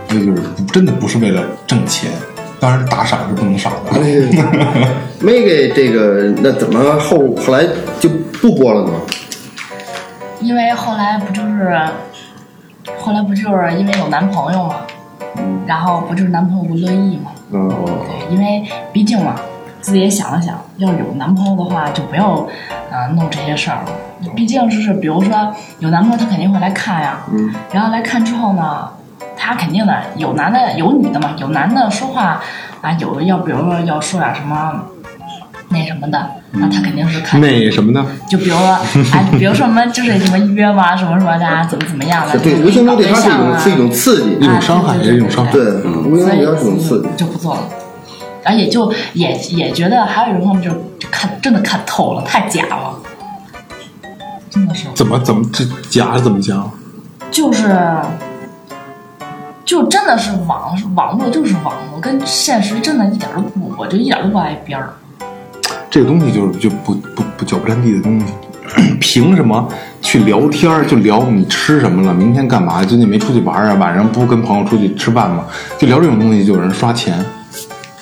Speaker 1: 所以就是不真的不是为了挣钱，当然打赏是不能少的。
Speaker 3: 哎 没给这个，那怎么后后来就不播了呢？
Speaker 4: 因为后来不就是，后来不就是因为有男朋友嘛，然后不就是男朋友不乐意嘛，
Speaker 3: 嗯，
Speaker 4: 对，因为毕竟嘛，自己也想了想，要是有男朋友的话，就不要啊、呃弄这些事儿了。毕竟就是比如说有男朋友，他肯定会来看呀，嗯，然后来看之后呢，他肯定的有男的有女的嘛，有男的说话啊，有要比如说要说点什么那什么的，那他肯定是看
Speaker 1: 那什么呢？
Speaker 4: 就比如 说，哎，比如说什么，就是什么约嘛，什么什么的啊，怎么怎么样的，
Speaker 3: 对，无形中对他是一种是一种
Speaker 4: 啊
Speaker 3: 刺激，
Speaker 1: 一种伤害
Speaker 4: 对
Speaker 1: 也是一种伤害
Speaker 3: 对
Speaker 4: 对，
Speaker 1: 嗯
Speaker 3: 无形
Speaker 4: 所
Speaker 3: 中
Speaker 4: 以
Speaker 3: 对他是一种刺激。
Speaker 4: 就不做了。而且就也也觉得还有一种方面就是就看真的看透了，太假了，真的是，
Speaker 1: 怎么怎么这假怎么讲？
Speaker 4: 就是就真的是网网络就是网络，跟现实真的一点都不，我就一点都不挨边儿。
Speaker 1: 这个东西就是就不不不脚不沾地的东西。 凭什么去聊天儿就聊你吃什么了，明天干嘛？最近没出去玩儿啊？晚上不跟朋友出去吃饭吗？就聊这种东西，就有人刷钱。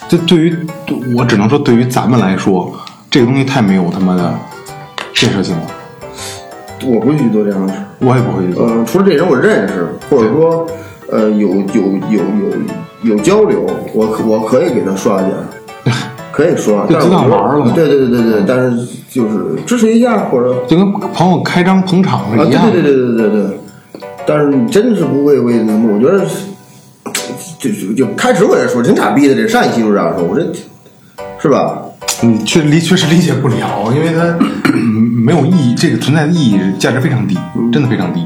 Speaker 1: 这对于对我只能说，对于咱们来说，这个东西太没有他妈的建设性了。
Speaker 3: 我不会去做这样的事。
Speaker 1: 我也不会去做。
Speaker 3: 呃，除了这人我认识，或者说呃有有有有有交流，我可我可以给他刷点儿， 可以刷，
Speaker 1: 就
Speaker 3: 但是
Speaker 1: 知道
Speaker 3: 我
Speaker 1: 玩儿了嘛
Speaker 3: 对对对对对，但是就是支持一下或者
Speaker 1: 就跟朋友开张捧场是
Speaker 3: 啊，
Speaker 1: 一样的。
Speaker 3: 对对对对对对对。但是你真是不会为那么，我觉得就就就开始我也说挺傻逼的，这上一期就这样说，我这是吧？
Speaker 1: 你确理确实理解不了，因为 它嗯没有意义，这个存在的意义价值非常低，
Speaker 3: 嗯
Speaker 1: 真的非常低。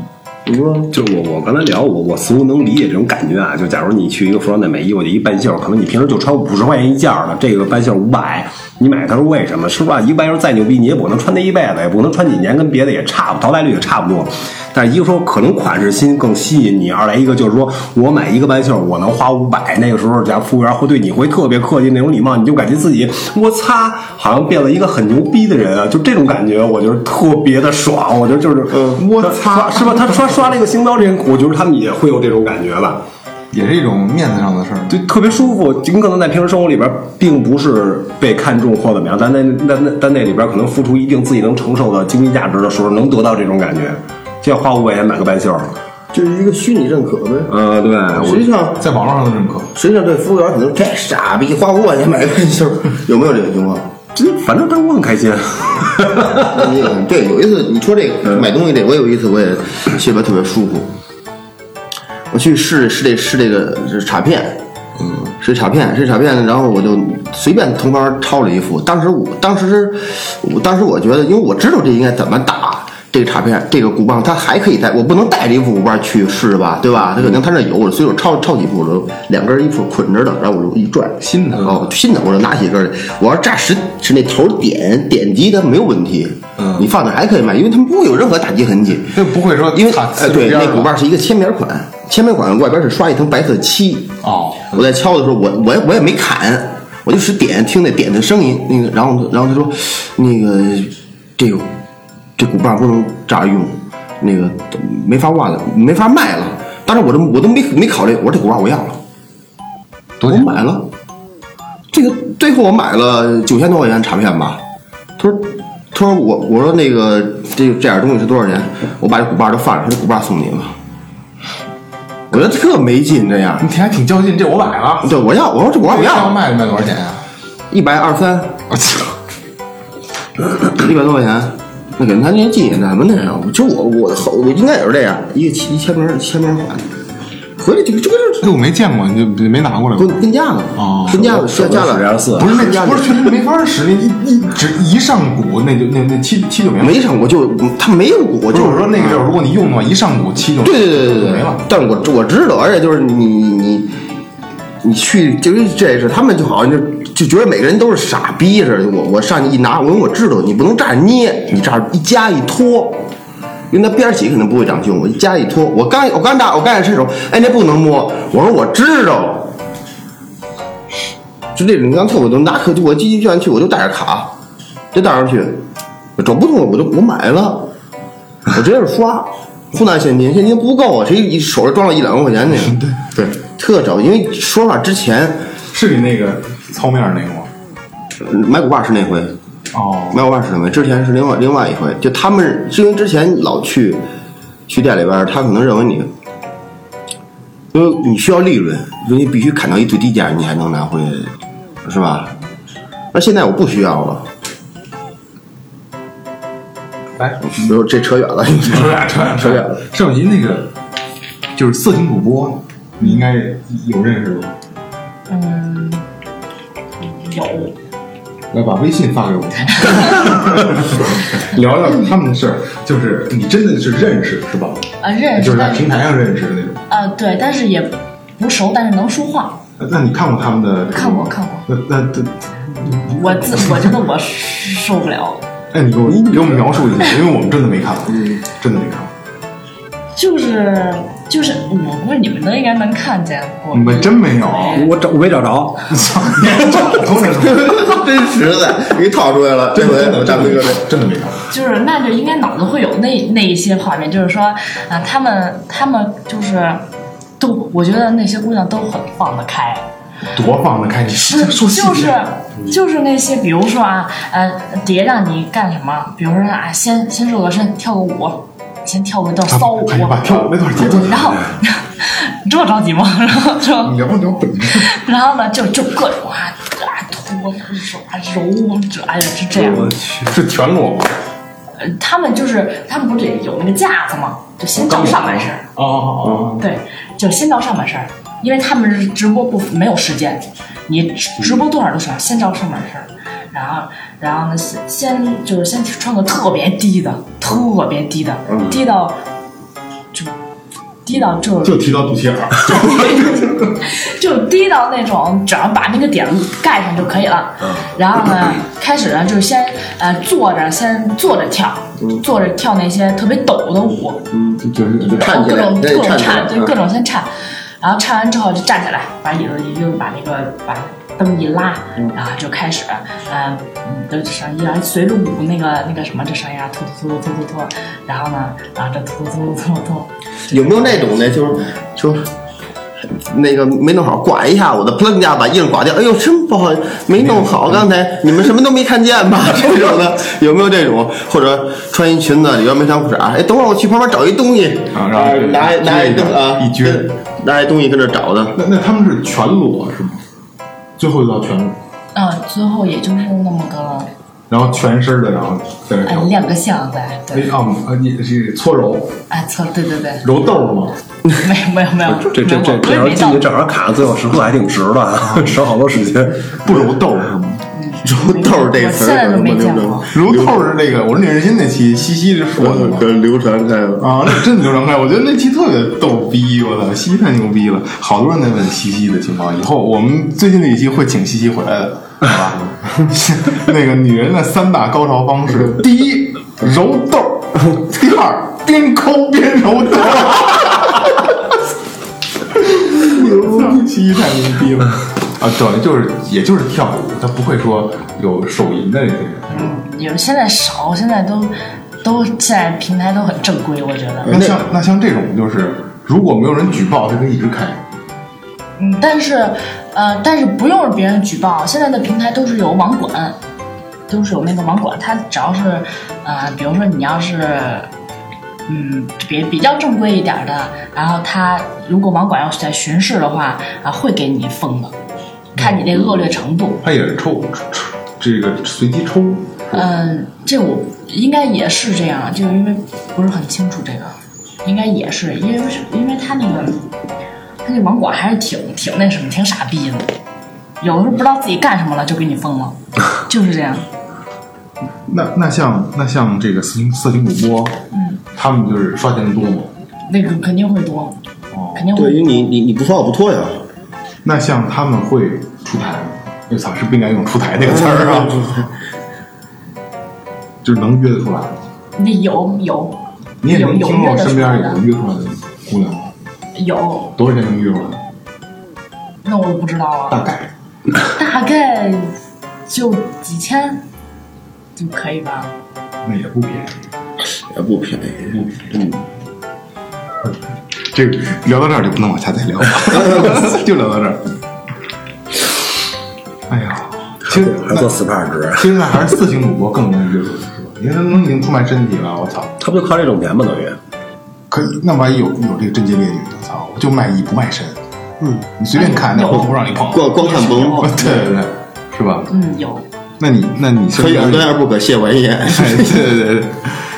Speaker 3: 你说
Speaker 2: 就我我刚才聊，我我似乎能理解这种感觉啊。就假如你去一个服装店买衣服，就一半袖儿，可能你平时就穿五十块钱一件儿的，这个半袖五百，你买它是为什么？是啊吧？一个半袖儿再牛逼，你也不可能穿它一辈子，也不可能穿几年，跟别的也差不淘汰率也差不多。但是一个说可能款式新更吸引你，二来一个就是说我买一个半袖儿，我能花五百，那个时候假如服务员会对你会特别客气那种礼貌，你就感觉自己我擦，好像变了一个很牛逼的人啊，就这种感觉，我觉得特别的爽，我觉得就是
Speaker 1: 我
Speaker 2: 他
Speaker 1: 擦
Speaker 2: 刷是吧？他刷刷那个星标这些，我觉得他们也会有这种感觉吧，
Speaker 1: 也是一种面子上的事儿。
Speaker 2: 就特别舒服。尽可能在平时生活里边，并不是被看重或怎么样，但那那那但那里边可能付出一定自己能承受的经济价值的时候，能得到这种感觉，就像花五百钱买个半袖儿。
Speaker 3: 就是一个虚拟认可呗。
Speaker 2: 呃，对，
Speaker 3: 实
Speaker 2: 我
Speaker 3: 际上，
Speaker 1: 在网络上的认可，
Speaker 3: 实际上对服务员可能这傻逼花五百块钱买个半袖儿，有没有这种情况？
Speaker 2: 这反正当我很开心。
Speaker 3: 那你也对，有一次你说这
Speaker 1: 嗯
Speaker 3: 个买东西这，我有一次我也去吧，特别舒服。我去试试这试这个是卡片，嗯，是卡片，是卡片，然后我就随便从旁边抄了一副。当时我，当时，我当时我觉得，因为我知道这应该怎么打这个卡片，这个鼓棒，它还可以带，我不能带着一副鼓棒去试吧，对吧？它肯定它那有，我随手抄抄几副，我就两根衣服捆着的，然后我就一拽，
Speaker 1: 新的
Speaker 3: 哦，新的，我就拿起一根儿来，我要扎实是那头点点击它没有问题，
Speaker 1: 嗯
Speaker 3: 你放那儿还可以卖，因为它不会有任何打击痕迹。
Speaker 1: 就不会说
Speaker 3: 因为
Speaker 1: 擦
Speaker 3: 呃，
Speaker 1: 刺
Speaker 3: 对，
Speaker 1: 边
Speaker 3: 那
Speaker 1: 儿
Speaker 3: 鼓
Speaker 1: 吧
Speaker 3: 棒是一个铅边款，铅边款外边是刷一层白色漆。
Speaker 1: 哦，
Speaker 3: 我在敲的时候，我我也我也没砍，我就使点听那点的声音，那个，然后然后他说，那个这个这鼓棒不能这样用，那个没法袜子没法卖了。当时我都我都没没考虑，我说这鼓棒我要了，
Speaker 1: 多
Speaker 3: 我
Speaker 1: 少钱
Speaker 3: 买了。这个最后我买了九千多块钱卡片吧，他说。他说我我说那个这这点东西是多少钱？我把这鼓棒都放着，这鼓棒送你吧。我觉得特没劲这样
Speaker 1: 你。挺还挺较劲，这我买了，
Speaker 3: 啊对，我要我说这鼓棒我要
Speaker 1: 要，卖卖多少钱啊？
Speaker 3: 一百二三，
Speaker 1: 我操！
Speaker 3: 一百多块钱，那给他那近也咱们那样。就我我好，我应该也是这样，一个七一千名一千名还，回来就这个
Speaker 1: 这我没见过，你就没拿过来
Speaker 3: 就
Speaker 1: 过。
Speaker 3: 跟跟价了，
Speaker 1: 哦
Speaker 3: 跟价了，
Speaker 2: 舍
Speaker 3: 下
Speaker 2: 不
Speaker 3: 价
Speaker 2: 得
Speaker 3: 了
Speaker 2: 使点四
Speaker 1: 不是那
Speaker 3: 跟价
Speaker 1: 不是确实没法使，那一一只一上股那就那那七七九零。
Speaker 3: 没上我就他没有我
Speaker 1: 不是
Speaker 3: 就
Speaker 1: 我说那个就是，如果你用的话，一上股七九零，
Speaker 3: 对对对对对
Speaker 1: 没了。
Speaker 3: 但是我我知道，而且就是你你你去就是这事，他们就好像就就觉得每个人都是傻逼似的。我我上去一拿，我因为我知道你不能这样捏，你这样一夹一拖。因为它边儿起肯定不会长胸，我一夹一拖，我刚我刚打我刚想伸手，哎，那不能摸，我说我知道，就这种干脆我就拿可就我积极愿去，我就带着卡，就带上去，找不动我就我买了，我直接就刷，不拿现金，现金不够啊，谁一手里装了一两万块钱呢？对对，特少，因为说实话，之前
Speaker 1: 是你那个糙面儿那个吗？
Speaker 3: 呃买股票是那回，
Speaker 1: 哦，
Speaker 3: 买股票是那回，之前是另外另外一回，就他们是因为之前老去去店里边儿，他可能认为你。因为你需要利润，所以你必须砍到一最低价，你才能拿回，是吧？那现在我不需要了，
Speaker 1: 来，
Speaker 3: 比如这扯远了，
Speaker 1: 扯远扯远
Speaker 3: 扯远了。。
Speaker 1: 邵您那个就是色情主播，你应该有认识吧？
Speaker 4: 嗯，有
Speaker 1: 来把微信发给我， 聊聊他们的事儿。就是你真的是认识是吧？
Speaker 4: 啊，认
Speaker 1: 就
Speaker 4: 识，
Speaker 1: 是在
Speaker 4: 但
Speaker 1: 平台上认哎识的那种。
Speaker 4: 啊，对，但是也不熟，但是能说话。
Speaker 1: 那你看过他们的？
Speaker 4: 看过看过。
Speaker 1: 那那那，嗯
Speaker 4: 我自我觉得我受不了，
Speaker 1: 那你给我给我们描述一下，因为我们真的没看过，真的没看过，
Speaker 4: 就是就是，我估计你们都应该能看见
Speaker 1: 嗯
Speaker 4: 我
Speaker 1: 我。们真没有。
Speaker 2: 我找我没找着，
Speaker 1: 操，你还找头呢是吧
Speaker 3: 真实在，给套出来了，这
Speaker 1: 真
Speaker 3: 回
Speaker 1: 的
Speaker 3: 我
Speaker 1: 真
Speaker 3: 大
Speaker 1: 的
Speaker 3: 哥
Speaker 1: 没
Speaker 3: 这。
Speaker 1: 真的没看过。
Speaker 4: 就是那就应该脑子会有那那一些画面，就是说啊、他们他们就是都，我觉得那些姑娘都很放得开。
Speaker 1: 多放得开，你 说说细
Speaker 4: 就是
Speaker 1: 点。
Speaker 4: 就是那些，比如说啊，呃，碟让你干什么？比如说啊，先先热个身，跳个舞，先跳个段骚舞。
Speaker 1: 哎呀妈，跳舞那段节奏，
Speaker 4: 然后你 这么着急吗？ 然后就
Speaker 1: 聊聊本质。
Speaker 4: 然后呢，就就各种啊啊脱手啊揉这哎呀是这样。
Speaker 1: 去，是全裸吗？
Speaker 4: 呃他们就是他们不是得有那个架子吗？就先照上半身，
Speaker 1: 哦哦哦，
Speaker 4: 对，就先照上半身，因为他们是直播不没有时间，你
Speaker 1: 嗯
Speaker 4: 直直播多少都行，先照上半身，然后然后呢先先就是先穿个特别低的，特别低的，
Speaker 1: 嗯
Speaker 4: 低到就低到就
Speaker 1: 就提到肚脐眼儿。
Speaker 4: 就低到那种，只要把那个点盖上就可以了。
Speaker 1: 嗯
Speaker 4: 然后呢，开始呢就是先呃坐着，先坐着跳，坐着跳那些特别抖的舞，
Speaker 1: 就是嗯就
Speaker 4: 然后各种
Speaker 3: 站起来站起
Speaker 4: 各种
Speaker 3: 来
Speaker 4: 颤，就
Speaker 3: 嗯
Speaker 4: 各种先颤，然后颤完之后就站起来，把椅子一扔，把那个把灯一拉，
Speaker 1: 嗯
Speaker 4: 然后就开始，呃嗯，就上衣啊，随着舞那个那个什么，这上衣啊，突突突突突突突，然后呢，然后这突突突突突，
Speaker 3: 有没有那种的，就是就是那个没弄好，刮一下我的，砰一下把衣裳刮掉，哎呦，真不好，没弄好，刚才你们什么都没看见吧？ 这种的有没有这种？或者穿一裙子里边没穿裤衩，哎，等会儿我去旁边找一东西，
Speaker 1: 啊然后
Speaker 3: 哎拿一拿一东啊，
Speaker 1: 一撅
Speaker 3: 跟拿一东西跟这找的，
Speaker 1: 那那他们是全裸是吗？最后一道全裸。
Speaker 4: 嗯，最后也就是那么个
Speaker 1: 然后全身的，然后在那
Speaker 4: 哎
Speaker 1: 跳，舞。
Speaker 4: 亮个相在，
Speaker 1: 哎
Speaker 4: 对，
Speaker 1: 啊，嗯啊你是搓揉
Speaker 4: 哎，错，对对对，
Speaker 1: 揉豆嘛？
Speaker 4: 没有没有没有，
Speaker 2: 这
Speaker 3: 哎
Speaker 2: 这
Speaker 4: 没有
Speaker 2: 这
Speaker 4: 我
Speaker 2: 这
Speaker 4: 我也
Speaker 2: 要
Speaker 4: 没
Speaker 2: 是
Speaker 4: 到
Speaker 2: 进去正好卡到最后时刻还挺值的啊，省好多时间。
Speaker 1: 不揉豆是吗？
Speaker 3: 揉豆儿这词
Speaker 4: 我现在
Speaker 3: 儿
Speaker 4: 都
Speaker 3: 可能
Speaker 4: 没
Speaker 3: 流
Speaker 4: 见
Speaker 3: 传
Speaker 4: 过，
Speaker 1: 揉豆是那个，我是女人心那期西西就说的嘛
Speaker 3: 可能流传开了。
Speaker 1: 啊，那真的流传开。我觉得那期特别逗逼，我操，西西太牛逼了，好多人在问西西的情况。以后我们最近的一期会请西西回来的，好吧？那个女人的三大高潮方式：第一，揉豆儿；第二，边抠边揉豆儿。西西太 牛逼了啊！等于就是，也就是跳舞，她不会说有手淫的这些人。
Speaker 4: 有现在少，现在都都现在平台都很正规，我觉得。
Speaker 1: 那像那像这种就是，如果没有人举报，他可以一直开。
Speaker 4: 嗯，但是呃，但是不用别人举报，现在的平台都是有网管，都是有那个网管，他只要是呃，比如说你要是。嗯，比比较正规一点的，然后他如果网管要是在巡视的话，啊，会给你封的，看你这恶劣程度。
Speaker 1: 他也是抽，这个随机抽。
Speaker 4: 嗯，这我应该也是这样，就是因为不是很清楚这个，应该也是因为因为他那个他那网管还是挺挺那什么，挺傻逼的，有的时候不知道自己干什么了就给你封了，就是这样。
Speaker 1: 那那像那像这个色情色情主播，嗯，他们就是刷钱的多吗？
Speaker 4: 那个肯定会多，肯定
Speaker 3: 对，
Speaker 4: 会
Speaker 3: 因为你你你不刷我不脱呀，
Speaker 1: 那像他们会出台吗？我操，是不应该用“出台”这个词儿 啊，就是能约得出来吗。
Speaker 4: 那有有
Speaker 1: 你也
Speaker 4: 有
Speaker 1: 能
Speaker 4: 有
Speaker 1: 听
Speaker 4: 约
Speaker 1: 过
Speaker 4: 得
Speaker 1: 身
Speaker 4: 出来
Speaker 1: 边有
Speaker 4: 的
Speaker 1: 约出来的姑娘吗？
Speaker 4: 有，
Speaker 1: 多少钱能约出来？
Speaker 4: 那我不知道啊，
Speaker 1: 大 概
Speaker 4: 大概就几千就可以吧。
Speaker 1: 那也不便宜。
Speaker 3: 也不便宜。
Speaker 1: 这个聊到这儿就不能往下再聊了， 就聊到这儿。哎呀，其实
Speaker 2: 还做 SPA 值，
Speaker 1: 其实那还是四星主播更容易约出来，是吧？因为他们已经出卖身体了，我操！
Speaker 2: 他不就靠这种钱吗？等于
Speaker 1: 可以，那万一有有这个贞洁烈女，我操，我就卖艺不卖身。嗯，你随便看，那我不让你 碰。
Speaker 3: 光光看
Speaker 1: 哦
Speaker 3: 甭，
Speaker 1: 对 对对，是吧？
Speaker 4: 嗯，有
Speaker 1: 那你那你身
Speaker 3: 可以
Speaker 1: 边
Speaker 3: 无端而不可亵玩焉。
Speaker 1: 哎对对啊对对，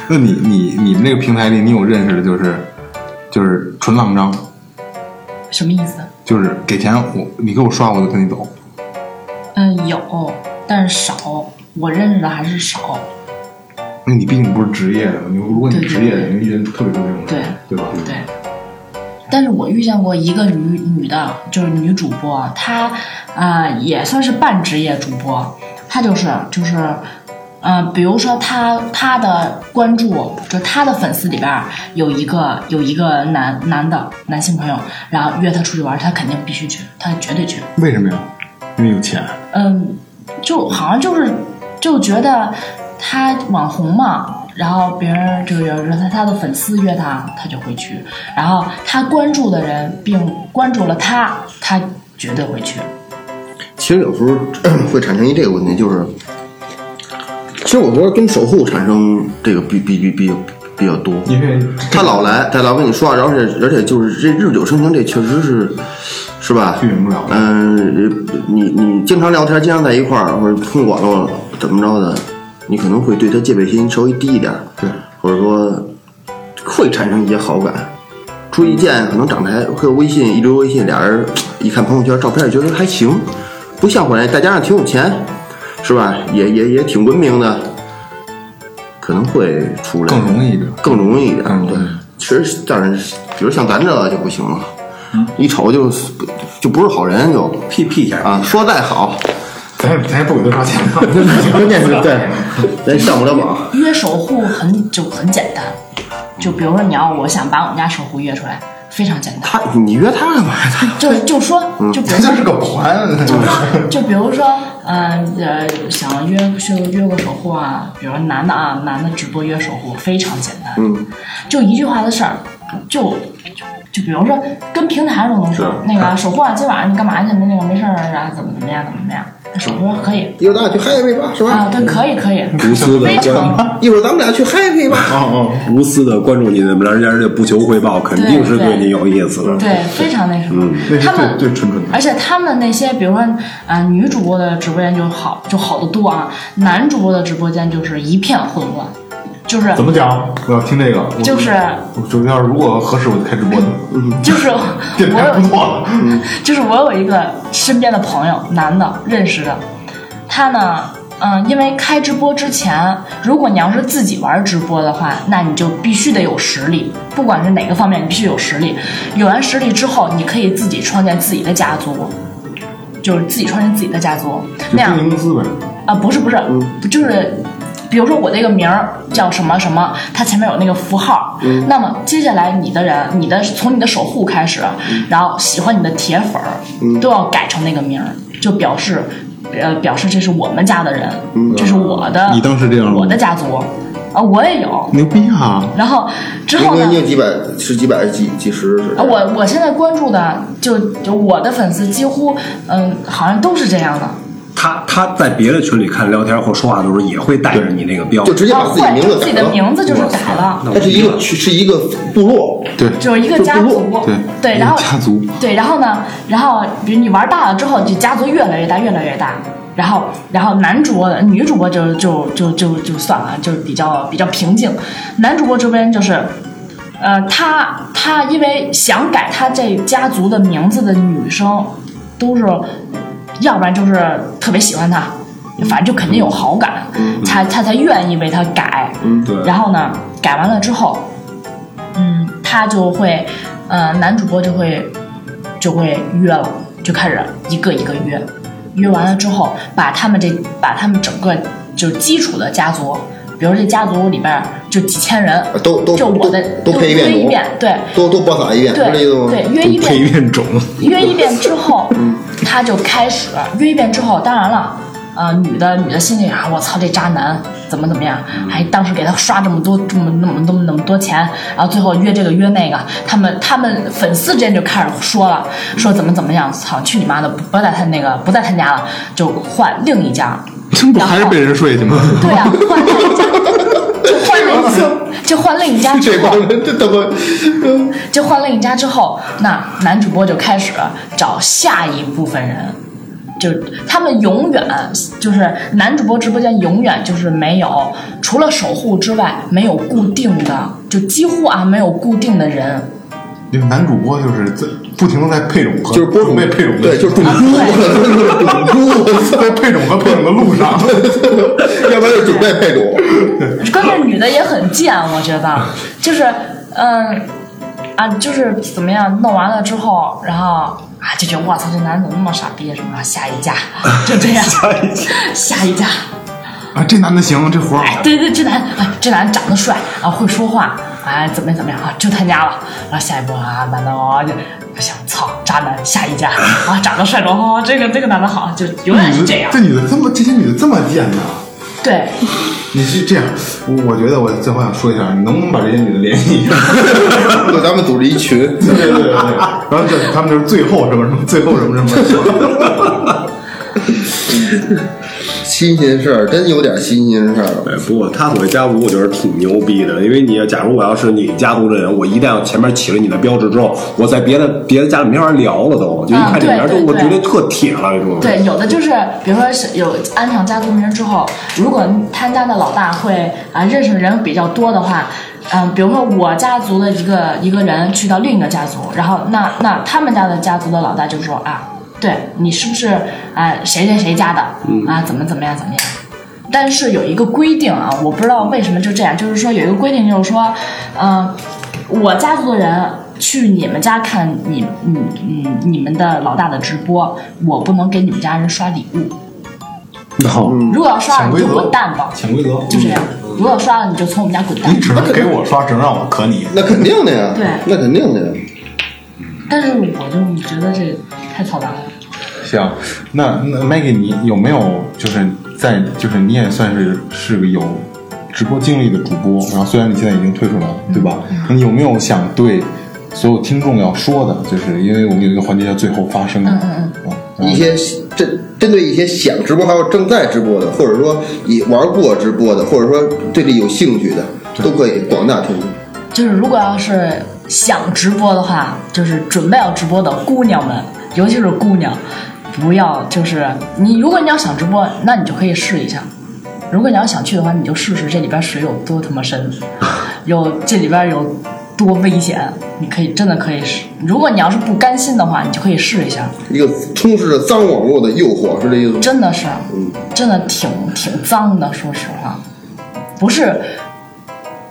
Speaker 1: 那你你你们那个平台里，你有认识的就是就是纯浪张，
Speaker 4: 什么意思？
Speaker 1: 就是给钱我你给我刷，我就跟你走。
Speaker 4: 嗯，有，但是少，我认识的还是少。
Speaker 1: 那你毕竟不是职业的，你如果你职业的，人人特别多这种人，
Speaker 4: 对
Speaker 1: 对吧？
Speaker 4: 对。但是我遇见过一个女女的，就是女主播，她呃也算是半职业主播，她就是就是，呃，比如说她她的关注，就她的粉丝里边儿有一个有一个男男的男性朋友，然后约她出去玩儿，她肯定必须去，她绝对去。
Speaker 1: 为什么呀？因为有钱。
Speaker 4: 嗯，就好像就是就觉得他网红嘛，然后别人就有人他他的粉丝约他，他就会去，然后他关注的人并关注了他，他绝对会去。
Speaker 3: 其实有时候会产生一这个问题，就是，其实我觉得跟守护产生这个比比比比比较多。
Speaker 1: 因为
Speaker 3: 他老来，他老给你刷，然后而且而且就是这日久生情，这确实是，是吧？
Speaker 1: 避免不了
Speaker 3: 嗯、你你经常聊天，经常在一块儿，或者碰广了怎么着的，你可能会对他戒备心稍微低一点儿，
Speaker 1: 对
Speaker 3: 或者说会产生一些好感。初一见，可能长得还会有微信，一留微信，俩人一看朋友圈照片，也觉得还行，不像回来，再加上挺有钱，是吧？也也也挺文明的，可能会出来
Speaker 1: 更容易一点。
Speaker 3: 更容易一点
Speaker 1: 更。容易
Speaker 3: 嗯对，其实但是，比如像咱这就不行了，一瞅就就不是好人，就
Speaker 2: P P 钱
Speaker 3: 啊，说再好，
Speaker 1: 咱也咱也不给他刷钱了。
Speaker 3: 关键是对， 咱上不了榜。
Speaker 4: 约守护很就很简单，就比如说你要我想把我们家守护约出来，非常简单，
Speaker 3: 他，你约他干嘛呀？他
Speaker 4: 就就说就比如
Speaker 1: 他嗯
Speaker 4: 说
Speaker 1: 就是个保安，
Speaker 4: 就比如说，呃呃，想约去约个守护啊，比如男的啊，男的直播约守护非常简单，嗯，就一句话的事儿，就就就比如说啊跟平台上都能说，那个守护啊，今晚上你干嘛去？那个没事儿啊，怎么怎么样，怎么怎么样，手镯可以
Speaker 3: 一会儿咱俩去 happy 吧，是
Speaker 1: 嗯
Speaker 4: 啊
Speaker 3: 吧？，
Speaker 4: 对，可以可以，
Speaker 2: 无私的
Speaker 4: 非
Speaker 2: 关
Speaker 4: 常
Speaker 3: 一会儿咱们俩去 happy 吧。
Speaker 1: 哦
Speaker 2: 无私的关注你们，而且而且不求回报，肯定是对你有意思的。
Speaker 4: 对，非常那什么
Speaker 1: 嗯那是。
Speaker 4: 他们
Speaker 1: 最最纯纯的
Speaker 4: 而且他们那些，比如说啊、女主播的直播间就好就好得多啊，男主播的直播间就是一片混乱，就是
Speaker 1: 怎么讲？我要听这个。我
Speaker 4: 就是
Speaker 1: 我就要是如果合适，我就开直播呢。
Speaker 4: 就是
Speaker 1: 电
Speaker 4: 我
Speaker 1: 台不
Speaker 4: 有
Speaker 1: 错了。
Speaker 4: 就是我有一个身边的朋友，男的认识的，他呢，嗯，因为开直播之前，如果你要是自己玩直播的话，那你就必须得有实力，不管是哪个方面，你必须有实力。有完实力之后，你可以自己创建自己的家族，就是自己创建自己的家族，
Speaker 1: 就
Speaker 4: 那样
Speaker 1: 经营公司呗。
Speaker 4: 啊，不是不是，
Speaker 3: 嗯
Speaker 4: 不就是，比如说我这个名儿叫什么什么，它前面有那个符号，
Speaker 3: 嗯
Speaker 4: 那么接下来你的人，你的从你的守护开始，
Speaker 3: 嗯
Speaker 4: 然后喜欢你的铁粉儿、都要改成那个名儿，就表示。呃，表示这是我们家的人，
Speaker 3: 嗯
Speaker 4: 这是我的，
Speaker 1: 你当时这样吗
Speaker 4: 我的家族，啊，我也有。
Speaker 1: 牛逼啊！
Speaker 4: 然后之
Speaker 3: 明
Speaker 4: 后呢？
Speaker 3: 哥，你有几百、十几百、几几十是？
Speaker 4: 啊我我现在关注的就就我的粉丝几乎，嗯，好像都是这样的。
Speaker 2: 他他在别的群里看聊天或说话的时候，也会带着你那个标
Speaker 3: 就。直接
Speaker 4: 啊，
Speaker 3: 把哦自己
Speaker 4: 会
Speaker 3: 名字
Speaker 4: 自己
Speaker 3: 改
Speaker 4: 的
Speaker 3: 了。
Speaker 4: 名字就是改了。
Speaker 3: 它是一个区，是一个部落，
Speaker 1: 对，
Speaker 4: 就是一个家
Speaker 3: 就
Speaker 4: 族
Speaker 3: 部落，
Speaker 1: 对一个
Speaker 4: 然后
Speaker 1: 家族
Speaker 4: 对，然后呢，然后比如你玩大了之后，就家族越来越大，越来越大。然后，然后男主播的女主播就就就就就算了，就是比较比较平静。男主播这边就是，呃，他他因为想改他这家族的名字的女生，都是要不然就是特别喜欢他，反正就肯定有好感，
Speaker 1: 嗯
Speaker 4: 才他才愿意为他改。
Speaker 2: 对，
Speaker 4: 然后呢，改完了之后，嗯，他就会，呃，男主播就会呃就会约了，就开始一个一个约，约完了之后，把他们这把他们整个就基础的家族，比如这家族里边儿就几千人，
Speaker 3: 啊都都
Speaker 4: 就我
Speaker 3: 都
Speaker 4: 的
Speaker 3: 都配一遍
Speaker 4: 约一
Speaker 3: 种，
Speaker 4: 遍，对
Speaker 3: 都都播撒一遍，是
Speaker 4: 对
Speaker 3: 这意思吗？
Speaker 4: 对，约一遍
Speaker 2: 遍种，
Speaker 4: 约一遍之后，
Speaker 1: 嗯
Speaker 4: 他就开始约一遍之后，当然了，呃，女的女的心里啊，我操，这渣男怎么怎么样，还当时给他刷这么多这么那么那么那么多钱，然后最后约这个约那个，他们他们粉丝之间就开始说了，说怎么怎么样，操，去你妈的，不不在他那个不在他家了，就换另一家，
Speaker 1: 真不还是被人睡去吗？
Speaker 4: 对啊，换 另一家，就换另一家，就
Speaker 3: 这
Speaker 4: 换另一家之后
Speaker 3: 帮。人这他妈，嗯
Speaker 4: 就换另一家之后，那男主播就开始找下一部分人，就他们永远就是男主播直播间永远就是没有除了守护之外没有固定的，就几乎啊没有固定的人。
Speaker 1: 因为男主播就是在不停的在配种和
Speaker 3: 就是播
Speaker 1: 准
Speaker 3: 种
Speaker 1: 备配种的，
Speaker 3: 对，就是
Speaker 4: 啊
Speaker 3: 种猪，种
Speaker 1: 在配种和配种的路上。
Speaker 3: 猪， 要不然就准备配种，
Speaker 4: 关键女的也很贱，我觉得就是嗯啊，就是怎么样弄完了之后，然后。啊，就觉得我操，这男的怎么那么傻逼什么的？下一家，就这样， 下一家，下一家，
Speaker 1: 啊，这男的行，这活儿
Speaker 4: 哎，对对，这男啊，这男长得帅啊，会说话，哎，怎么样怎么样啊，就他家了。然后下一步啊，男的哦，就我想操，渣男下一家啊，长得帅的哦，这个这个男的好，就永远
Speaker 1: 女
Speaker 4: 是
Speaker 1: 的
Speaker 4: 哎这样
Speaker 1: 这。女的这么，这些女的这么贱呢？
Speaker 4: 对，
Speaker 1: 你是这样，我我觉得我最后想说一下，你能不能把这些女的联系一下？
Speaker 3: 就咱们组织一群，
Speaker 1: 对对对对， 然后这他们就是最后什么什么，最后什么什么。
Speaker 3: 新鲜事儿，真有点新鲜事儿。
Speaker 2: 对，不过他所谓家族，我觉得挺牛逼的，因为你假如我要是你家族的人，我一旦前面起了你的标志之后，我在别的别的家里没法聊了都，就一看这名儿就
Speaker 4: 嗯对对
Speaker 2: 我
Speaker 4: 对
Speaker 2: 觉得特铁了这种。
Speaker 4: 对，有的就是，比如说是有安上家族名之后，如果他家的老大会啊认识的人比较多的话，嗯、比如说我家族的一个一个人去到另一个家族，然后那那他们家的家族的老大就说啊，对你是不是啊、谁谁谁家的啊怎么怎么样怎么样。但是有一个规定啊，我不知道为什么就这样，就是说有一个规定，就是说，嗯、我家族的人去你们家看你你你你们的老大的直播，我不能给你们家人刷礼物。
Speaker 2: 嗯，
Speaker 4: 如果要刷
Speaker 1: 潜
Speaker 4: 了，你
Speaker 1: 规
Speaker 4: 就
Speaker 1: 则
Speaker 4: 滚蛋吧，
Speaker 1: 潜规则嗯
Speaker 4: 就这样。如果刷了，你就从我们家滚蛋
Speaker 1: 你。只能给我刷，只能让我可你。
Speaker 3: 那肯定的呀，
Speaker 4: 对
Speaker 3: 那肯定的呀。
Speaker 4: 但是我就觉得这太操蛋了。
Speaker 1: 行，那那 Maggie，你有没有就是在就是你也算是是个有直播经历的主播，然后虽然你现在已经退出了，对吧？那
Speaker 4: 嗯
Speaker 1: 你有没有想对所有听众要说的？就是因为我们有一个环节叫最后发声，
Speaker 4: 嗯嗯
Speaker 1: 嗯，
Speaker 3: 一些这针对一些想直播还有正在直播的，或者说已玩过直播的，或者说对这有兴趣的，都可以广大听众。
Speaker 4: 就是如果要是想直播的话，就是准备要直播的姑娘们，尤其是姑娘，不要就是你，如果你要想直播，那你就可以试一下。如果你要想去的话，你就试试这里边水有多他妈深，有这里边有多危险，你可以真的可以试。如果你要是不甘心的话，你就可以试一下，
Speaker 3: 一个充斥着脏网络的诱惑，是这意思吗？
Speaker 4: 真的是，真的挺挺脏的，说实话，不是。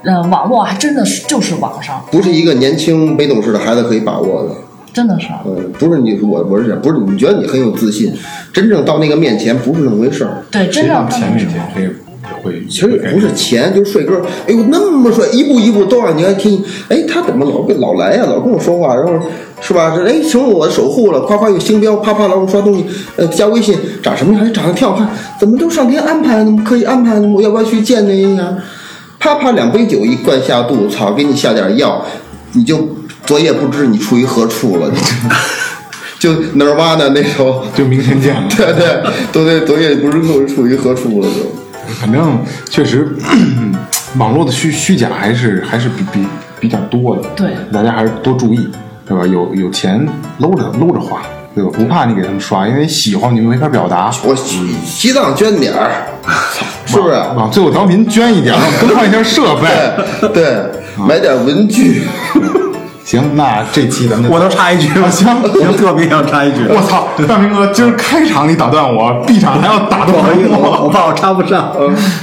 Speaker 4: 呃，网络还真的是就是网上，
Speaker 3: 不是一个年轻没懂事的孩子可以把握的。
Speaker 4: 真的是，
Speaker 3: 嗯，不是你，我我是想，不是你觉得你很有自信，真正到那个面前不是那么回事儿。
Speaker 4: 对，真
Speaker 1: 谁
Speaker 4: 正
Speaker 1: 让
Speaker 4: 他
Speaker 1: 钱
Speaker 4: 们
Speaker 1: 面
Speaker 4: 是
Speaker 1: 前这个也会
Speaker 3: 其实也不是钱，就是帅哥，哎呦那么帅，一步一步都让你来听，哎，他怎么老跟老来呀、老跟我说话，然后是吧？这哎成我的守护了，夸夸有星标，啪啪老给我刷东西，呃，加微信，长什么样？还长得挺好看，怎么都上天安排呢？可以安排呢？啊我要不要去见他一下？啪啪两杯酒一灌下肚，操，给你下点药，你就昨夜不知你处于何处了， 就就哪儿挖呢？那时候，
Speaker 1: 就明天见了。
Speaker 3: 对对，昨天昨夜不知我处于何处了就。
Speaker 1: 反正确实， 网络的虚虚假还是还是比比比较多的。
Speaker 4: 对
Speaker 1: 大家还是多注意，对吧？有有钱搂着搂着花，对吧？不怕你给他们刷，因为喜欢你们没法表达。
Speaker 3: 我西西藏捐点 儿，是啊不是？
Speaker 1: 往最后调频捐一点 儿，更换一下设备。
Speaker 3: 对对，买点文具，
Speaker 1: 行，那这期咱们就
Speaker 2: 我能插一句吗？
Speaker 1: 行
Speaker 2: 我特别想插一句，
Speaker 1: 我操，大明哥，今儿开场你打断我，闭场还要打断
Speaker 2: 不好意思，
Speaker 1: 我。
Speaker 2: 我我怕我插不上。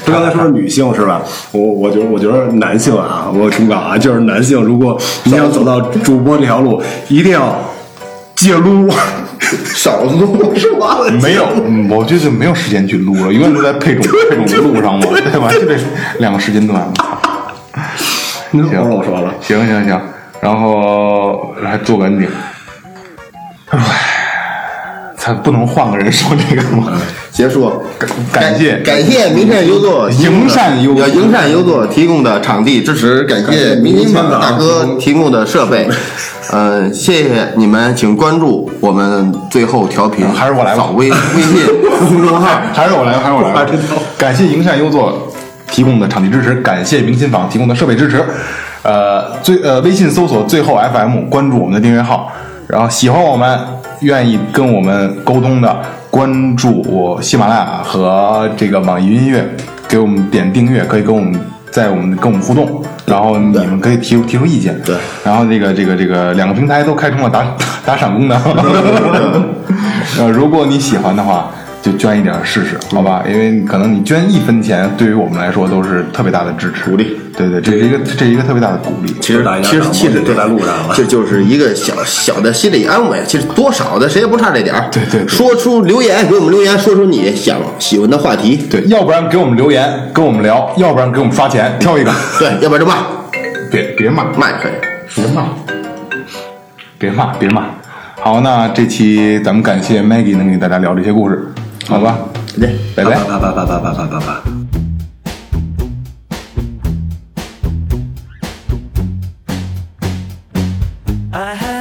Speaker 2: 不刚才说是女性是吧？我我觉得我觉得男性啊，我忠告啊，就是男性，如果你想走到主播这条路，一定要戒撸。
Speaker 3: 少弄是吧？
Speaker 1: 没有，嗯我觉得没有时间去录了，永远都在配种配种的路上嘛，对吧？就这两个时间段。
Speaker 2: 你
Speaker 1: 行，
Speaker 2: 说我说了，
Speaker 1: 行行行，然后还做个 ending。唉，咱不能换个人说这个吗？
Speaker 3: 结束，
Speaker 1: 感谢
Speaker 3: 感谢民善优作提供的
Speaker 1: 营善优作
Speaker 3: 营善优作提供的场地支持，感谢民间版大哥提供的 设备，嗯，谢谢你们，请关注我们最后调频，
Speaker 1: 还是我来吧
Speaker 3: 扫微微信公众号。
Speaker 1: 还是我来吧，还是我来吧。感谢营善优作提供的场地支持，感谢明琴坊提供的设备支持。呃，最呃微信搜索最后 FM，关注我们的订阅号。然后喜欢我们、愿意跟我们沟通的，关注我喜马拉雅和这个网易云音乐，给我们点订阅，可以跟我们在我们跟我们互动。然后你们可以提出提出意见，
Speaker 3: 对。
Speaker 1: 然后这个这个这个两个平台都开通了打 打赏功能，呃，如果你喜欢的话，就捐一点试试，好吧？因为可能你捐一分钱，对于我们来说都是特别大的支持鼓
Speaker 3: 励。
Speaker 1: 对对，这是一个这是一个特别大的鼓励。
Speaker 3: 其实
Speaker 2: 大家
Speaker 3: 其实
Speaker 2: 长
Speaker 3: 其实
Speaker 2: 都在路上了
Speaker 3: 这就是一个小小的心理安慰。其实多少的谁也不差这点儿。
Speaker 1: 对对对
Speaker 3: 说出留言给我们留言，说出你想喜欢的话题。
Speaker 1: 对，要不然给我们留言，跟我们聊；要不然给我们刷钱，挑一个。
Speaker 3: 对，要不然就骂
Speaker 1: 别别骂，
Speaker 3: 骂也可以。
Speaker 1: 别骂，别骂，别骂。好，那这期咱们感谢 Maggie 能给大家聊这些故事，好吧？
Speaker 3: 再见。
Speaker 1: 拜拜。
Speaker 2: 叭叭叭叭叭叭叭叭。
Speaker 5: I had